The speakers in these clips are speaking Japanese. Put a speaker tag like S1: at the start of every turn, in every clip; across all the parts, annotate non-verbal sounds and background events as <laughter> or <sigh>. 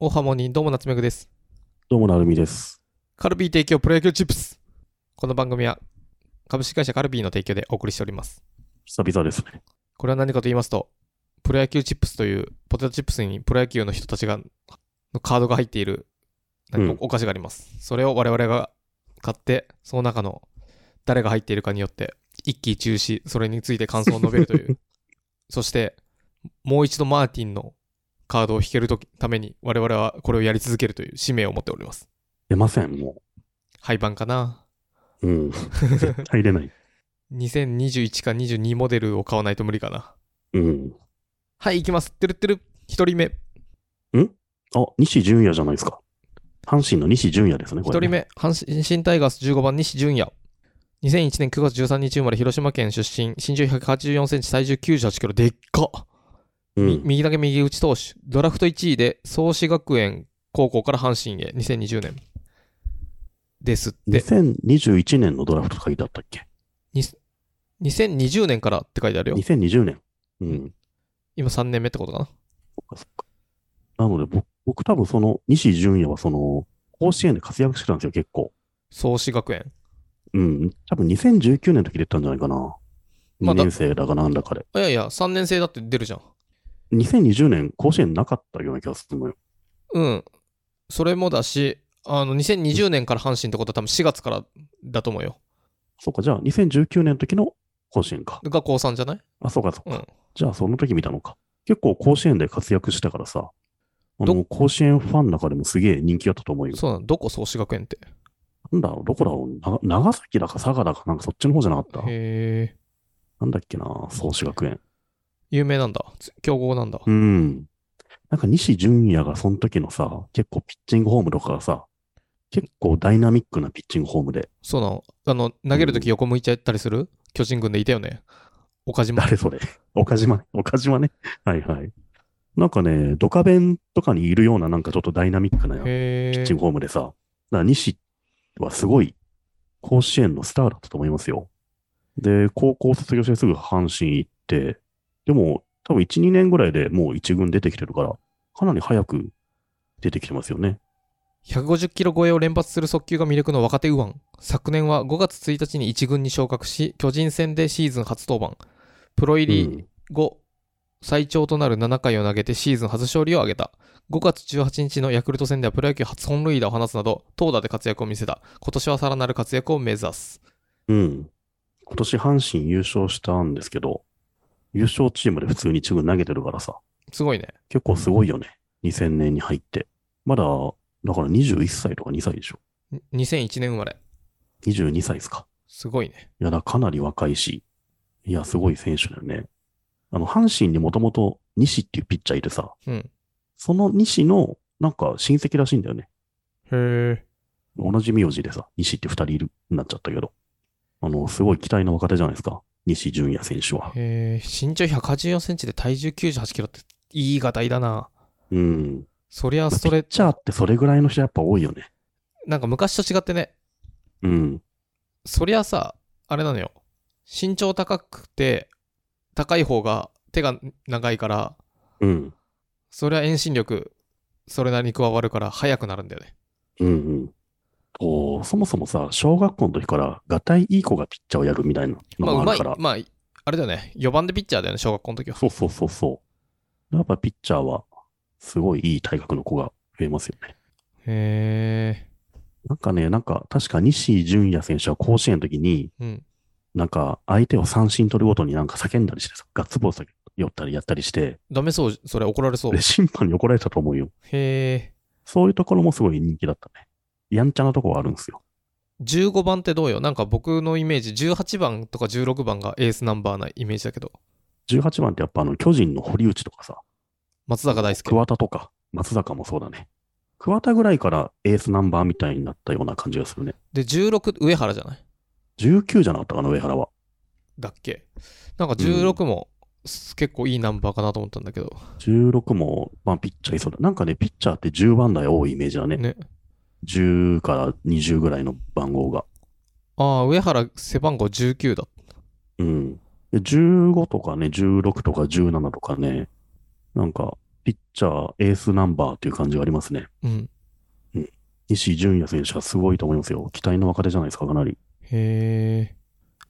S1: おはもにどうも夏目くです。
S2: どうもなるみです。
S1: カルビー提供プロ野球チップス。この番組は株式会社カルビーの提供でお送りしております。
S2: 久々ですね。
S1: これは何かと言いますと、プロ野球チップスというポテトチップスにプロ野球の人たちがのカードが入っている何か
S2: うん
S1: お菓子があります。それを我々が買って、その中の誰が入っているかによって一喜一憂し、それについて感想を述べると <laughs> いう。そして、もう一度マーティンのカードを引けるときために我々はこれをやり続けるという使命を持っております。
S2: 出ません、も
S1: 廃盤かな <laughs>
S2: う。うん。絶対出ない。
S1: 2021か22モデルを買わないと無理かな。
S2: うん。
S1: はい、行きます。てるってる。一人目。
S2: あ、西純也じゃないですか。阪神の西純也ですね、こ
S1: 一
S2: れ、
S1: 人
S2: ね。
S1: 目。阪神新タイガース15番西純也。2001年9月13日生まれ、広島県出身。身長184センチ、体重98キロ。でっか、
S2: 一
S1: み右投げ右打ち投手。ドラフト1位で、創志学園高校から阪神へ。2020年。ですって。
S2: うん。2021年のドラフト書いてあったっけ
S1: 2020年からって書いてあるよ。
S2: ?2020 年。うん。
S1: 今3年目ってことかな。
S2: そっかそっか。なので僕、僕多分その西純也はその、甲子園で活躍してたんですよ、結構。
S1: 創志学園。
S2: うん。多分2019年の時出たんじゃないかな。
S1: ま
S2: 2
S1: あだ
S2: 年生だかなんだかで。
S1: あいやいや、3年生だって出るじゃん。
S2: 2020年、甲子園なかったような気がするのよ。
S1: うん。それもだし、あの、2020年から阪神ってことは多分4月からだと思うよ。
S2: そっか、じゃあ2019年の時の甲子園か。
S1: が高3じゃない
S2: あ、そうかそうか。
S1: うん
S2: じゃあ、その時見たのか。結構甲子園で活躍したからさ、あ
S1: ど
S2: の、甲子園ファンの中でもすげえ人気だったと思うよ。
S1: そうなのどこ創志学園って。
S2: なんだろう、どこだろうな長崎だか佐賀だかなんかそっちの方じゃなかった
S1: へえ。
S2: なんだっけな創志学園。
S1: 有名なんだ。つ強豪なんだ。
S2: うん。なんか西純也がその時のさ、結構ピッチングフォームとかがさ、結構ダイナミックなピッチングフォームで、
S1: そうなのあの、投げるとき横向いちゃったりする巨人軍でいたよね。岡島。
S2: 誰それ岡島ね。岡島ね。はいはい。なんかね、ドカベンとかにいるようななんかちょっとダイナミックな
S1: へ
S2: ピッ
S1: え
S2: チン。グフォームでさ、だから西はすごい甲子園のスターだったと思いますよ。で、高校卒業してすぐ阪神行って、でも多分1、2年ぐらいでもう一軍出てきてるから、かなり早く出てきてますよね。
S1: 150キロ超えを連発する速球が魅力の若手右腕。昨年は5月1日に1軍に昇格し、巨人戦でシーズン初登板。プロ入り
S2: うん
S1: 後、最長となる7回を投げてシーズン初勝利を挙げた。5月18日のヤクルト戦ではプロ野球初本塁打を放つなど、投打で活躍を見せた。今年はさらなる活躍を目指す。
S2: うん。今年阪神優勝したんですけど、優勝チームで普通に一軍投げてるからさ、
S1: すごいね。
S2: 結構すごいよね。2000年に入って。まだ、だから21歳とか2歳でしょ。
S1: に2001年生まれ。
S2: 22歳ですか。
S1: すごいね。
S2: いや、だかなり若いし、いや、すごい選手だよね。あの、阪神にもともと西っていうピッチャーいてさ、
S1: うん。
S2: その西の、なんか親戚らしいんだよね。
S1: へえ。
S2: 同じ名字でさ、西って二人いる、なっちゃったけど。あの、すごい期待の若手じゃないですか。西純也選手は。
S1: へえ。身長184センチで体重98キロって、いいがたいだな。
S2: うん。
S1: そりゃストレッ
S2: ピッチャーってそれぐらいの人やっぱ多いよね。
S1: なんか昔と違ってね、
S2: うん。
S1: そりゃさ、あれなのよ。身長高くて、高い方が手が長いから、
S2: うん。
S1: そりゃ遠心力、それなりに加わるから速くなるんだよね。
S2: うんうん。こう、そもそもさ、小学校の時から、がたいいい子がピッチャーをやるみたいなの
S1: まあ、
S2: も
S1: う
S2: あ
S1: ま
S2: る
S1: い
S2: から。。
S1: まあ、あれだよね。4番でピッチャーだよね、小学校の時は。
S2: そうそうそうそう。やっぱピッチャーは、すごいいい体格の子が増えますよね。
S1: へ
S2: なんかね、なんか、確か西純也選手は甲子園の時に、
S1: え。うん。
S2: なんか、相手を三振取るごとになんか叫んだりしてさ、ガッツポーズ寄ったりやったりして、
S1: ダメそう、それ怒られそう。
S2: で、
S1: へ
S2: 審判に怒られたと思うよ。
S1: え。
S2: そういうところもすごい人気だったね。やんちゃなとこはあるんですよ。
S1: 15番ってどうよなんか僕のイメージ、18番とか16番がエースナンバーなイメージだけど、
S2: 18番ってやっぱあの、巨人の堀内とかさ、
S1: 松坂大輔。
S2: 桑田とか、松坂もそうだね。桑田ぐらいからエースナンバーみたいになったような感じがするね。
S1: で、16、上原じゃない
S2: 19じゃなかったかな、上原は。
S1: だっけなんか16も、す結構いいナンバーかなと思ったんだけど。
S2: 16も、まあ、ピッチャーいそうだ。なんかね、ピッチャーって10番台多いイメージだね。
S1: ね。
S2: 10から20ぐらいの番号が。
S1: ああ、上原背番号19だ。
S2: うん。で15とかね、16とか17とかね、なんか、ピッチャー、エースナンバーという感じがありますね。
S1: うん。
S2: 西純也選手はすごいと思いますよ。期待の若手じゃないですか、かなり。
S1: へえ。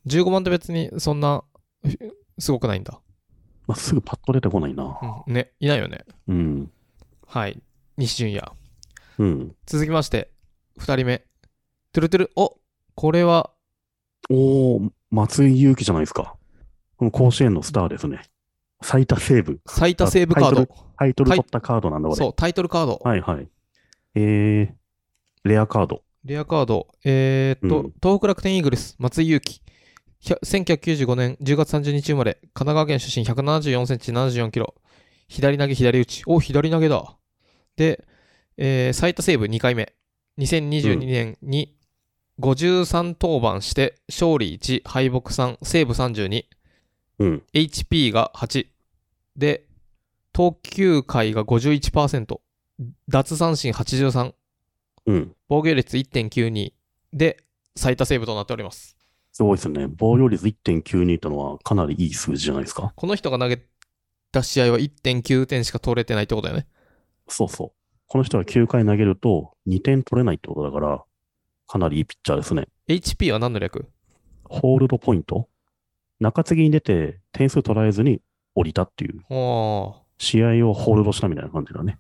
S1: 15番って別にそんな、ふすごくないんだ。
S2: まあ、すぐパッと出てこないな。
S1: うん。ね、いないよね。
S2: うん。
S1: はい。西純也。
S2: うん。
S1: 続きまして、2人目。トゥルトゥル。おこれは、
S2: おー、松井裕樹じゃないですか。この甲子園のスターですね。最多セーブ。
S1: 最多セーブカード。
S2: タイトル取ったカードなんだ、これ。
S1: そう、タイトルカード。
S2: はいはい。えー、レアカード。
S1: レアカード。えーっと、
S2: うん
S1: 東北楽天イーグルス、松井裕樹。ひゃ1995年10月30日生まれ、神奈川県出身、174センチ、74キロ。左投げ、左打ち。お、左投げだ。で、えー最多セーブ2回目。2022年に53登板して、勝利1、敗北3、セーブ32。
S2: うん。
S1: HP が8。で、投球回が51%。奪三振83。
S2: うん。
S1: 防御率1.92で最多セーブとなっております。
S2: すごいですね。防御率1.92ってのはかなりいい数字じゃないですか。
S1: この人が投げた試合は1.9点しか取れてないってことだよね。
S2: そうそう。この人は9回投げると2点取れないってことだから、かなりいいピッチャーですね。
S1: HP は何の略
S2: ホールドポイント中継ぎに出て点数取られずに降りたっていう、
S1: あ
S2: 試合をホールドしたみたいな感じだね。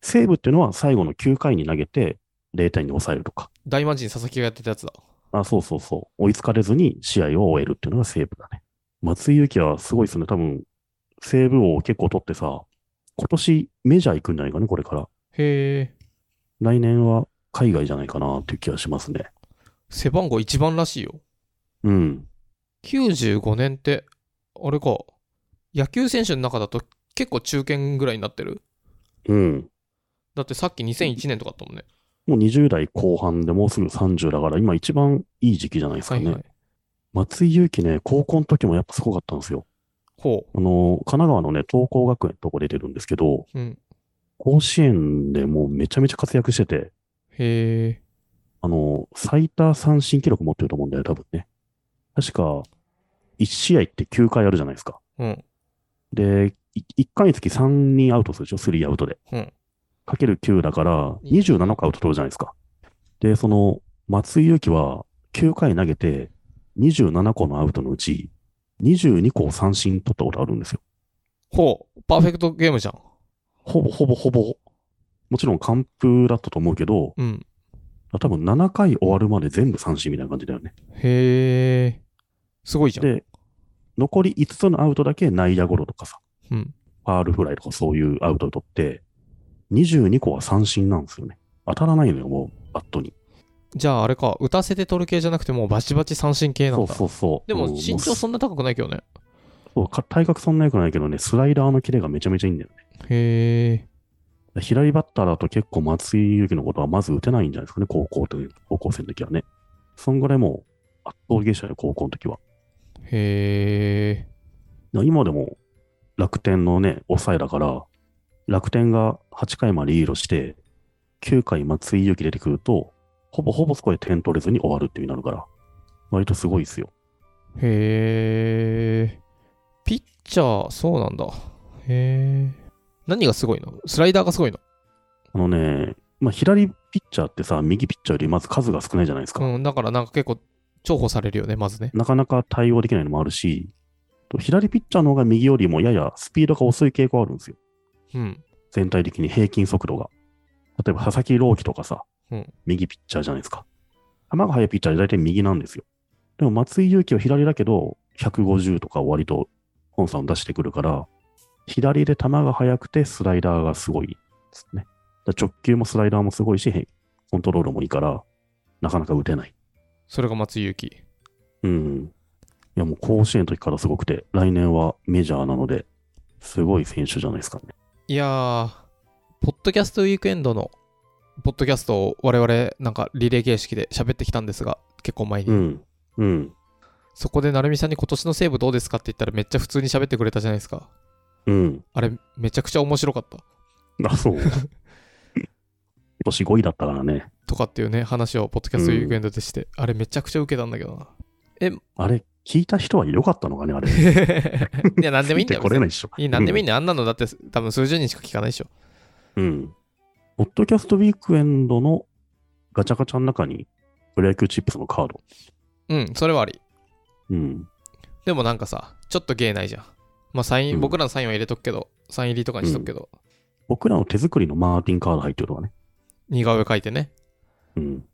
S2: セーブっていうのは最後の9回に投げて0点に抑えるとか。
S1: 大魔神佐々木がやってたやつだ。
S2: あ、そうそうそう。追いつかれずに試合を終えるっていうのがセーブだね。松井裕樹はすごいですね。多分、セーブ王を結構取ってさ、今年メジャー行くんじゃないかね、これから。
S1: へえ。
S2: 来年は海外じゃないかなっていう気がしますね。
S1: 背番号1番らしいよ。
S2: うん。
S1: 95年って、あれか。野球選手の中だと結構中堅ぐらいになってる。
S2: うん。
S1: だってさっき2001年とかあったもんね。
S2: もう20代後半でもうすぐ30だから、今一番いい時期じゃないですか
S1: は
S2: ね。
S1: いはい。
S2: 松井裕樹ね、高校の時もやっぱすごかったんですよ。
S1: ほ
S2: あの、神奈川のね、東光学園とこ出てるんですけど、
S1: う。うん。
S2: 甲子園でもうめちゃめちゃ活躍してて、
S1: へえ。
S2: あの、最多三振記録持ってると思うんだよ、多分ね。確か、1試合って9回あるじゃないですか。
S1: うん。
S2: で、1回につき3人アウトするでしょ ?3 アウトで。
S1: うん
S2: かける9だから、27回アウト取るじゃないですか。で、その、松井裕樹は9回投げて、27個のアウトのうち、22個を三振取ったことあるんですよ。
S1: ほう。パーフェクトゲームじゃん。
S2: ほぼほぼほぼ。もちろん完封だったと思うけど、
S1: うん。
S2: 多分7回終わるまで全部三振みたいな感じだよね。
S1: へえ。すごいじゃん。
S2: で、残り5つのアウトだけ内野ゴロとかさ、
S1: うん。
S2: ファールフライとかそういうアウトを取って、22個は三振なんですよね。当たらないのよ、もう、バットに。
S1: じゃああれか、打たせて取る系じゃなくてもうバチバチ三振系な
S2: そ
S1: ん
S2: う
S1: だ。
S2: そうそう。
S1: でも
S2: うん
S1: 身長そんな高くないけどね。
S2: そうか体格そんな良くないけどね、スライダーのキレがめちゃめちゃいいんだよね。
S1: へえ。
S2: 左バッターだと結構松井裕樹のことはまず打てないんじゃないですかね、高校という、高校生の時はね。そんぐらいもう、圧倒芸者で高校の時は。
S1: へえ。
S2: だから今でも楽天のね、抑えだから、楽天が8回までリードして、9回松井裕樹出てくると、ほぼほぼそこで点取れずに終わるっていう風になるから、割とすごいですよ。
S1: へえ。ピッチャー、そうなんだ。へえ。何がすごいのスライダーがすごいの。
S2: あのね、まあ、左ピッチャーってさ、右ピッチャーよりまず数が少ないじゃないですか。
S1: うん、だからなんか結構重宝されるよね、まずね。
S2: なかなか対応できないのもあるし、と左ピッチャーの方が右よりもややスピードが遅い傾向あるんですよ。
S1: うん。
S2: 全体的に平均速度が。例えば佐々木朗希とかさ、
S1: うん
S2: 右ピッチャーじゃないですか。球が速いピッチャーで大体右なんですよ。でも松井裕樹は左だけど、150とかを割と本さんを出してくるから、左で球が速くてスライダーがすごいですね。だから直球もスライダーもすごいし、へコントロールもいいから、なかなか打てない。
S1: それが松井裕樹。
S2: うん。いやもう甲子園の時からすごくて、来年はメジャーなので、すごい選手じゃないですかね。
S1: いやー、ポッドキャストウィークエンドの、ポッドキャストを我々なんかリレー形式で喋ってきたんですが、結構前に。
S2: うん。うん。
S1: そこで成美さんに今年の西武どうですかって言ったらめっちゃ普通に喋ってくれたじゃないですか。
S2: うん。
S1: あれ、めちゃくちゃ面白かった。<laughs>
S2: あ、そう。今年5位だったからね。
S1: とかっていうね、話をポッドキャストウィークエンドでして、あれめちゃくちゃ受けたんだけどな。え、
S2: あれ、聞いた人は良かったのかね、あれ。
S1: いや、なんでもいいんだよ。
S2: つてこれない
S1: い。
S2: でしょ。
S1: いい、なんでもいいん
S2: ん
S1: だよ。あんなのだって多分数十人しか聞かないでしょ。
S2: うん。ポッドキャストウィークエンドのガチャガチャの中に、プロ野球チップスのカード。
S1: うん、それはあり。
S2: うん。
S1: でもなんかさ、ちょっと芸ないじゃん。まあ、サイン、
S2: うん
S1: 僕らのサインは入れとくけど、サイン入りとかにしとくけど、
S2: 僕らの手作りのマーティンカード入ってるとかね。
S1: 似顔絵描いてね。
S2: うん。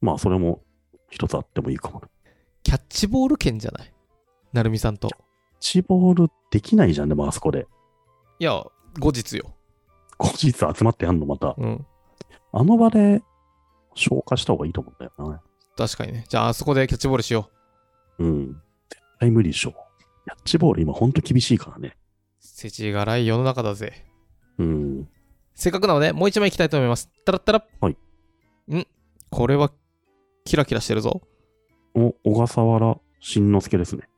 S2: まあ、それも一つあってもいいかもね。
S1: キャッチボール券じゃないなるみさんと。
S2: チボールできないじゃん、でもあそこで。
S1: いや、後日よ。
S2: 後日集まってやんの、また。
S1: うん。
S2: あの場で消化した方がいいと思うんだよな。
S1: 確かにね。じゃあ、あそこでキャッチボールしよう。
S2: うん。絶対無理でしょ。キャッチボール今ほんと厳しいからね。
S1: 世知辛い世の中だぜ。
S2: うん。
S1: せっかくなので、もう一枚いきたいと思います。タラッタラッ。
S2: はい。
S1: んこれは、キラキラしてるぞ。
S2: お、小笠原慎之介ですね。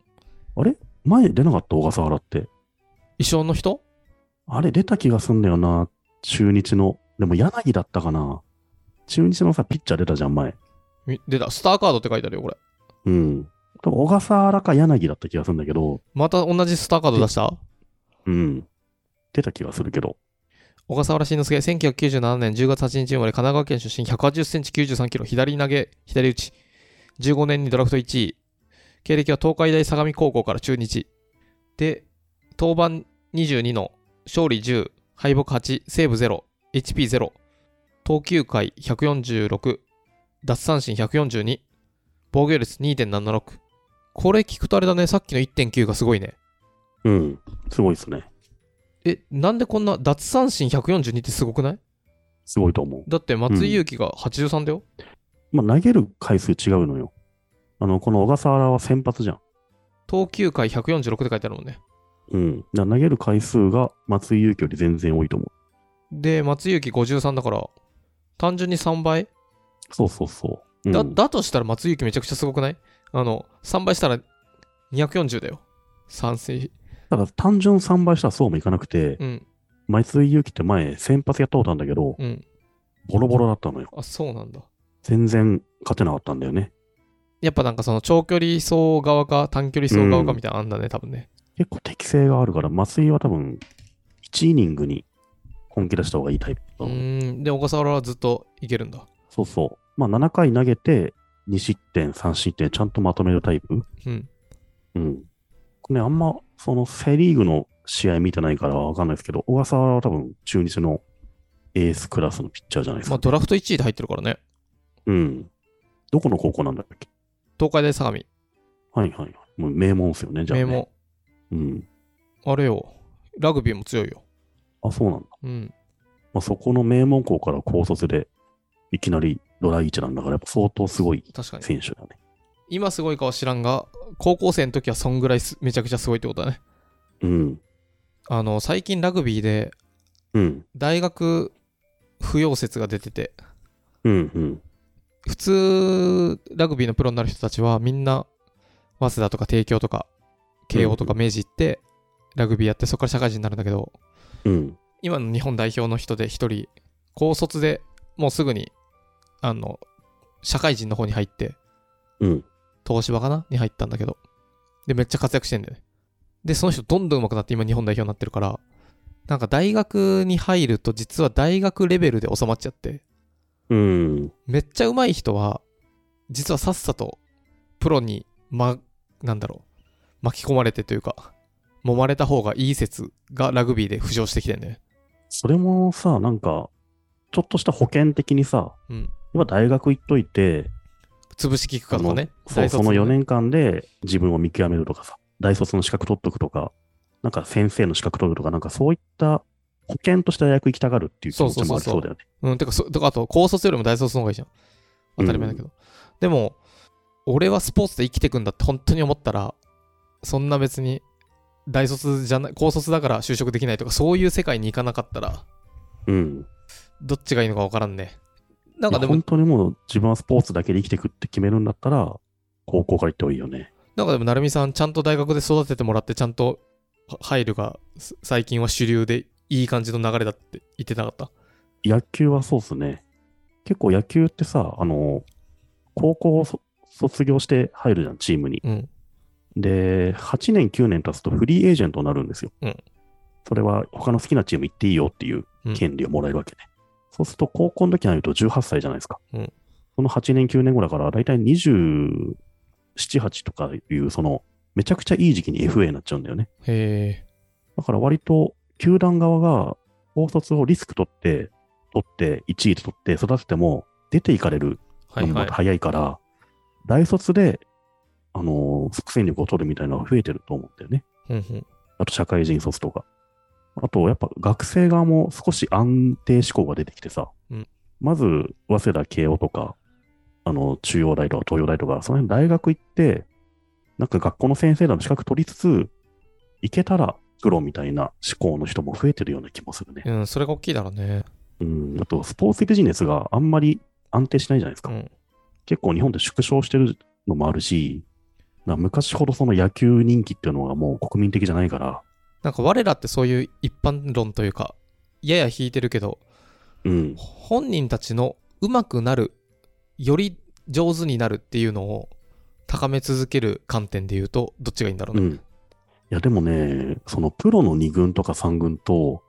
S2: あれ前出なかった小笠原って。
S1: 衣装の人
S2: あれ出た気がすんだよな。中日の。でも柳だったかな。中日のさ、ピッチャー出たじゃん、前。
S1: み出た。スターカードって書いてあるよ、これ。
S2: うん。多分小笠原か柳だった気がするんだけど、
S1: また同じスターカード出した
S2: うん。出た気がするけど。
S1: 小笠原慎之介、1997年10月8日生まれ、神奈川県出身、180センチ93キロ、左投げ、左打ち。15年にドラフト1位。経歴は東海大相模高校から中日。で、登板22の勝利10、敗北8、セーブ0、HP0、投球回146、奪三振142、防御率2.76。これ聞くとあれだね、さっきの1.9がすごいね。
S2: うん。すごいですね。
S1: え、なんでこんな奪三振142ってすごくない
S2: すごいと思う。
S1: だって松井裕樹が83だよ、
S2: まあ、投げる回数違うのよ。あの、この小笠原は先発じゃん。
S1: 投球回146って書いてあるもんね
S2: うん。だから投げる回数が松井裕樹より全然多いと思う。
S1: で松井裕樹53だから単純に3倍
S2: そうそうそう。うん
S1: だ,、だとしたら松井裕樹めちゃくちゃすごくないあの3倍したら240だよ賛成
S2: ただ単純3倍したらそうもいかなくて、
S1: うん
S2: 松井裕樹って前先発やったことあるんだけど、
S1: うん
S2: ボロボロだったのよ。
S1: あそうなんだ
S2: 全然勝てなかったんだよね。
S1: やっぱなんかその長距離走側か短距離走側かみたいなのあんだね、多分ね
S2: 結構適性があるから、松井は多分、1イニングに本気出した方がいいタイプだと
S1: う
S2: 思う、
S1: ーんで小笠原はずっといけるんだ
S2: そうそう。まあ7回投げて、2失点、3失点、ちゃんとまとめるタイプ。
S1: うん
S2: うん。ね、あんま、そのセ・リーグの試合見てないからわかんないですけど、小笠原は多分中日のエースクラスのピッチャーじゃないです
S1: まあ
S2: か。
S1: ドラフト1位で入ってるからね
S2: うん。どこの高校なんだっけ
S1: 東海大相模
S2: はいはいはい。もう名門ですよね、じゃあ、ね。
S1: 名門
S2: うん。
S1: あれよラグビーも強いよ
S2: あ、そうなんだ。
S1: うん
S2: まあ、そこの名門校から高卒で、いきなりドライチなんだから、やっぱ相当すごい
S1: 確かに
S2: 選手だね。
S1: 今すごいかは知らんが高校生の時はそんぐらいすめちゃくちゃすごいってことだね
S2: うん。
S1: あの最近ラグビーで
S2: うん。
S1: 大学扶養説が出てて
S2: うん。うん。
S1: 普通ラグビーのプロになる人たちはみんな早稲田とか帝京とか慶応とか明治行ってラグビーやってそこから社会人になるんだけど
S2: うん。
S1: 今の日本代表の人で一人高卒でもうすぐにあの社会人の方に入って
S2: うん。
S1: 東芝かなに入ったんだけど。で、めっちゃ活躍してんだよね。で、その人どんどん上手くなって今日本代表になってるから、なんか大学に入ると実は大学レベルで収まっちゃって、
S2: うん。
S1: めっちゃ上手い人は、実はさっさとプロに、ま、なんだろう、巻き込まれてというか、揉まれた方がいい説がラグビーで浮上してきてんだよね。
S2: それもさ、なんか、ちょっとした保険的にさ、
S1: うん。
S2: 今大学行っといて、
S1: 潰しきくかとかね。
S2: そう
S1: 大
S2: そ
S1: 卒
S2: の
S1: ね
S2: 4年間で自分を見極めるとかさ、大卒の資格取っとくとか、なんか先生の資格取るとか、なんかそういった保険として大学行きたがるっていう気持ちもありそうだよね。
S1: うん、てか、そとかあと、高卒よりも大卒の方がいいじゃん。当たり前だけど。でも、俺はスポーツで生きてくんだって本当に思ったら、そんな別に、大卒じゃない、高卒だから就職できないとか、そういう世界に行かなかったら、
S2: うん。
S1: どっちがいいのか分からんね。なんか
S2: いや
S1: でも
S2: 本、当にもう自分はスポーツだけで生きてくって決めるんだったら、高校から行った方がいいよね。
S1: なんかでも、成美さん、ちゃんと大学で育ててもらって、ちゃんとは入るが、す最近は主流で、いい感じの流れだって言ってなかった。
S2: 野球はそうっすね。結構野球ってさ、あの、高校をそ卒業して入るじゃん、チームに。
S1: うん。
S2: で、8年、9年経つとフリーエージェントになるんですよ。
S1: うん
S2: それは他の好きなチーム行っていいよっていう権利をもらえるわけね。そうすると、高校の時になると18歳じゃないですか。
S1: うん
S2: その8年、9年後だから、だいたい27、8とかいう、その、めちゃくちゃいい時期に FA になっちゃうんだよね。
S1: へえ。
S2: だから割と、球団側が、高卒をリスク取って、取って、1位取って育てても、出ていかれる
S1: はいは
S2: ま
S1: い
S2: た。早いから、大卒で、あのー即戦力を取るみたいなのが増えてると思うんだよね。
S1: うんうん
S2: あと社会人卒とか。あと、やっぱ学生側も少し安定志向が出てきてさ、
S1: うん
S2: まず、早稲田慶応とか、あの、中央大とか東洋大とか、その辺大学行って、なんか学校の先生らの資格取りつつ、行けたらプロみたいな志向の人も増えてるような気もするね。
S1: うん、それが大きいだろうね。
S2: うん、あと、スポーツビジネスがあんまり安定しないじゃないですか
S1: う。ん。
S2: 結構日本で縮小してるのもあるし、な昔ほどその野球人気っていうのがもう国民的じゃないから、
S1: なんか我らってそういう一般論というか、やや引いてるけど、
S2: うん、
S1: 本人たちの上手くなる、より上手になるっていうのを高め続ける観点で言うと、どっちがいいんだろう
S2: う
S1: ね。
S2: ん。いや、でもね、そのプロの2軍とか3軍と、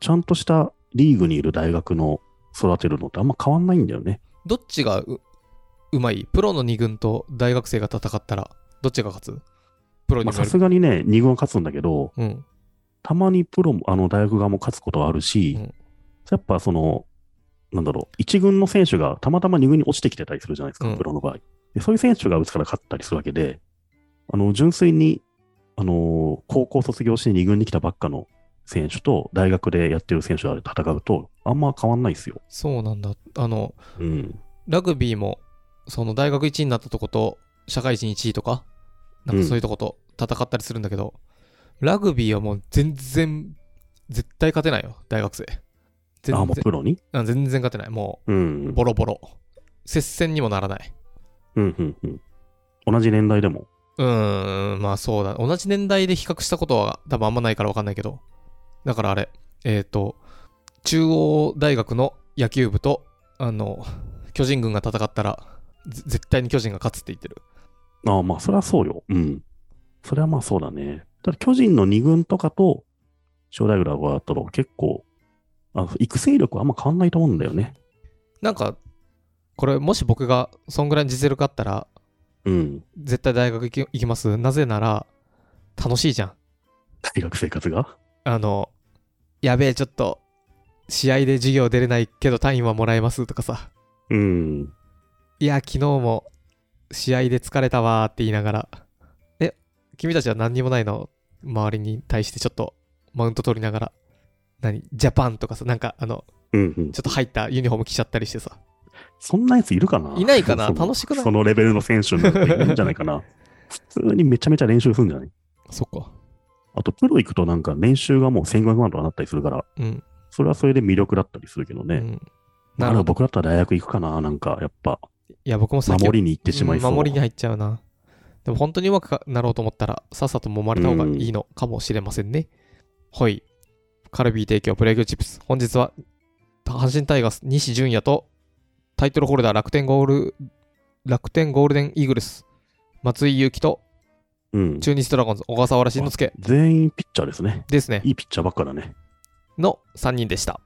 S2: ちゃんとしたリーグにいる大学の育てるのってあんま変わんないんだよね。
S1: どっちがううまいプロの2軍と大学生が戦ったら、どっちが勝つプロに
S2: ま
S1: もよ
S2: あさ
S1: る
S2: すがにね、2軍は勝つんだけど、
S1: うん。
S2: たまにプロも、あの、大学側も勝つことはあるし、
S1: うん
S2: やっぱその、なんだろう、1軍の選手がたまたま2軍に落ちてきてたりするじゃないですか、
S1: うん
S2: プロの場合で。そういう選手が打つから勝ったりするわけで、あの、純粋に、あのー高校卒業して2軍に来たばっかの選手と、大学でやってる選手で戦うと、あんま変わんないですよ。
S1: そうなんだ。あの、
S2: うん。
S1: ラグビーも、その大学1位になったとこと、社会人1位とか、なんかそういうとこと戦ったりするんだけど、ラグビーはもう全然、絶対勝てないよ、大学生。全
S2: あ、
S1: 然
S2: もうプロに
S1: あ全然勝てない。も
S2: うん
S1: う、。ボロボロ。接戦にもならない。
S2: うん、うん、うん。同じ年代でも。
S1: うーん、まあそうだ。同じ年代で比較したことは多分あんまないからわかんないけど。だからあれ、えっ、と、中央大学の野球部と、あの、巨人軍が戦ったら、ぜ絶対に巨人が勝つって言ってる。
S2: ああ、まあ、それはそうよ。うん。それはまあそうだね。ただ、巨人の2軍とかと、小大浦はあったら結構、あ育成力はあんま変わんないと思うんだよね。
S1: なんか、これもし僕がそんぐらいの実力があったら、
S2: うん。
S1: 絶対大学行き行きます。なぜなら、楽しいじゃん。
S2: 大学生活が。
S1: あの、やべえ、ちょっと、試合で授業出れないけど単位はもらえますとかさ。
S2: うん。
S1: いや、昨日も試合で疲れたわーって言いながら、え、君たちは何にもないの周りに対してちょっとマウント取りながら、何ジャパンとかさ、なんかあの、
S2: うん、うん
S1: ち。ょっと入ったユニフォーム着ちゃったりしてさ。
S2: そんなやついるかないい
S1: ないかな楽しくない
S2: そのレベルの選手になっているんじゃないかな。 <laughs> 普通にめちゃめちゃ練習するんじゃない
S1: そっか。
S2: あと、プロ行くとなんか年収がもう1500万とかなったりするから、
S1: うん。
S2: それはそれで魅力だったりするけど
S1: う
S2: ね。
S1: ん、な
S2: だか
S1: る
S2: ら
S1: ほど。
S2: 僕だったら大学行くかななんか、やっぱ、
S1: いや、僕もさっき
S2: 守りに行ってしまいそう。
S1: うん守りに入っちゃうな。でも本当にうまくかなろうと思ったら、さっさと揉まれた方がいいのかもしれませんね。ほい。カルビー提供プレイグチップス。本日は、阪神タイガース西純也と、タイトルホルダー楽天ゴール、楽天ゴールデンイーグルス、松井裕樹と、
S2: うん。
S1: 中日ドラゴンズ、小笠原慎之介
S2: 全員ピッチャーですね。
S1: ですね。
S2: いいピッチャーばっかだね。
S1: の3人でした。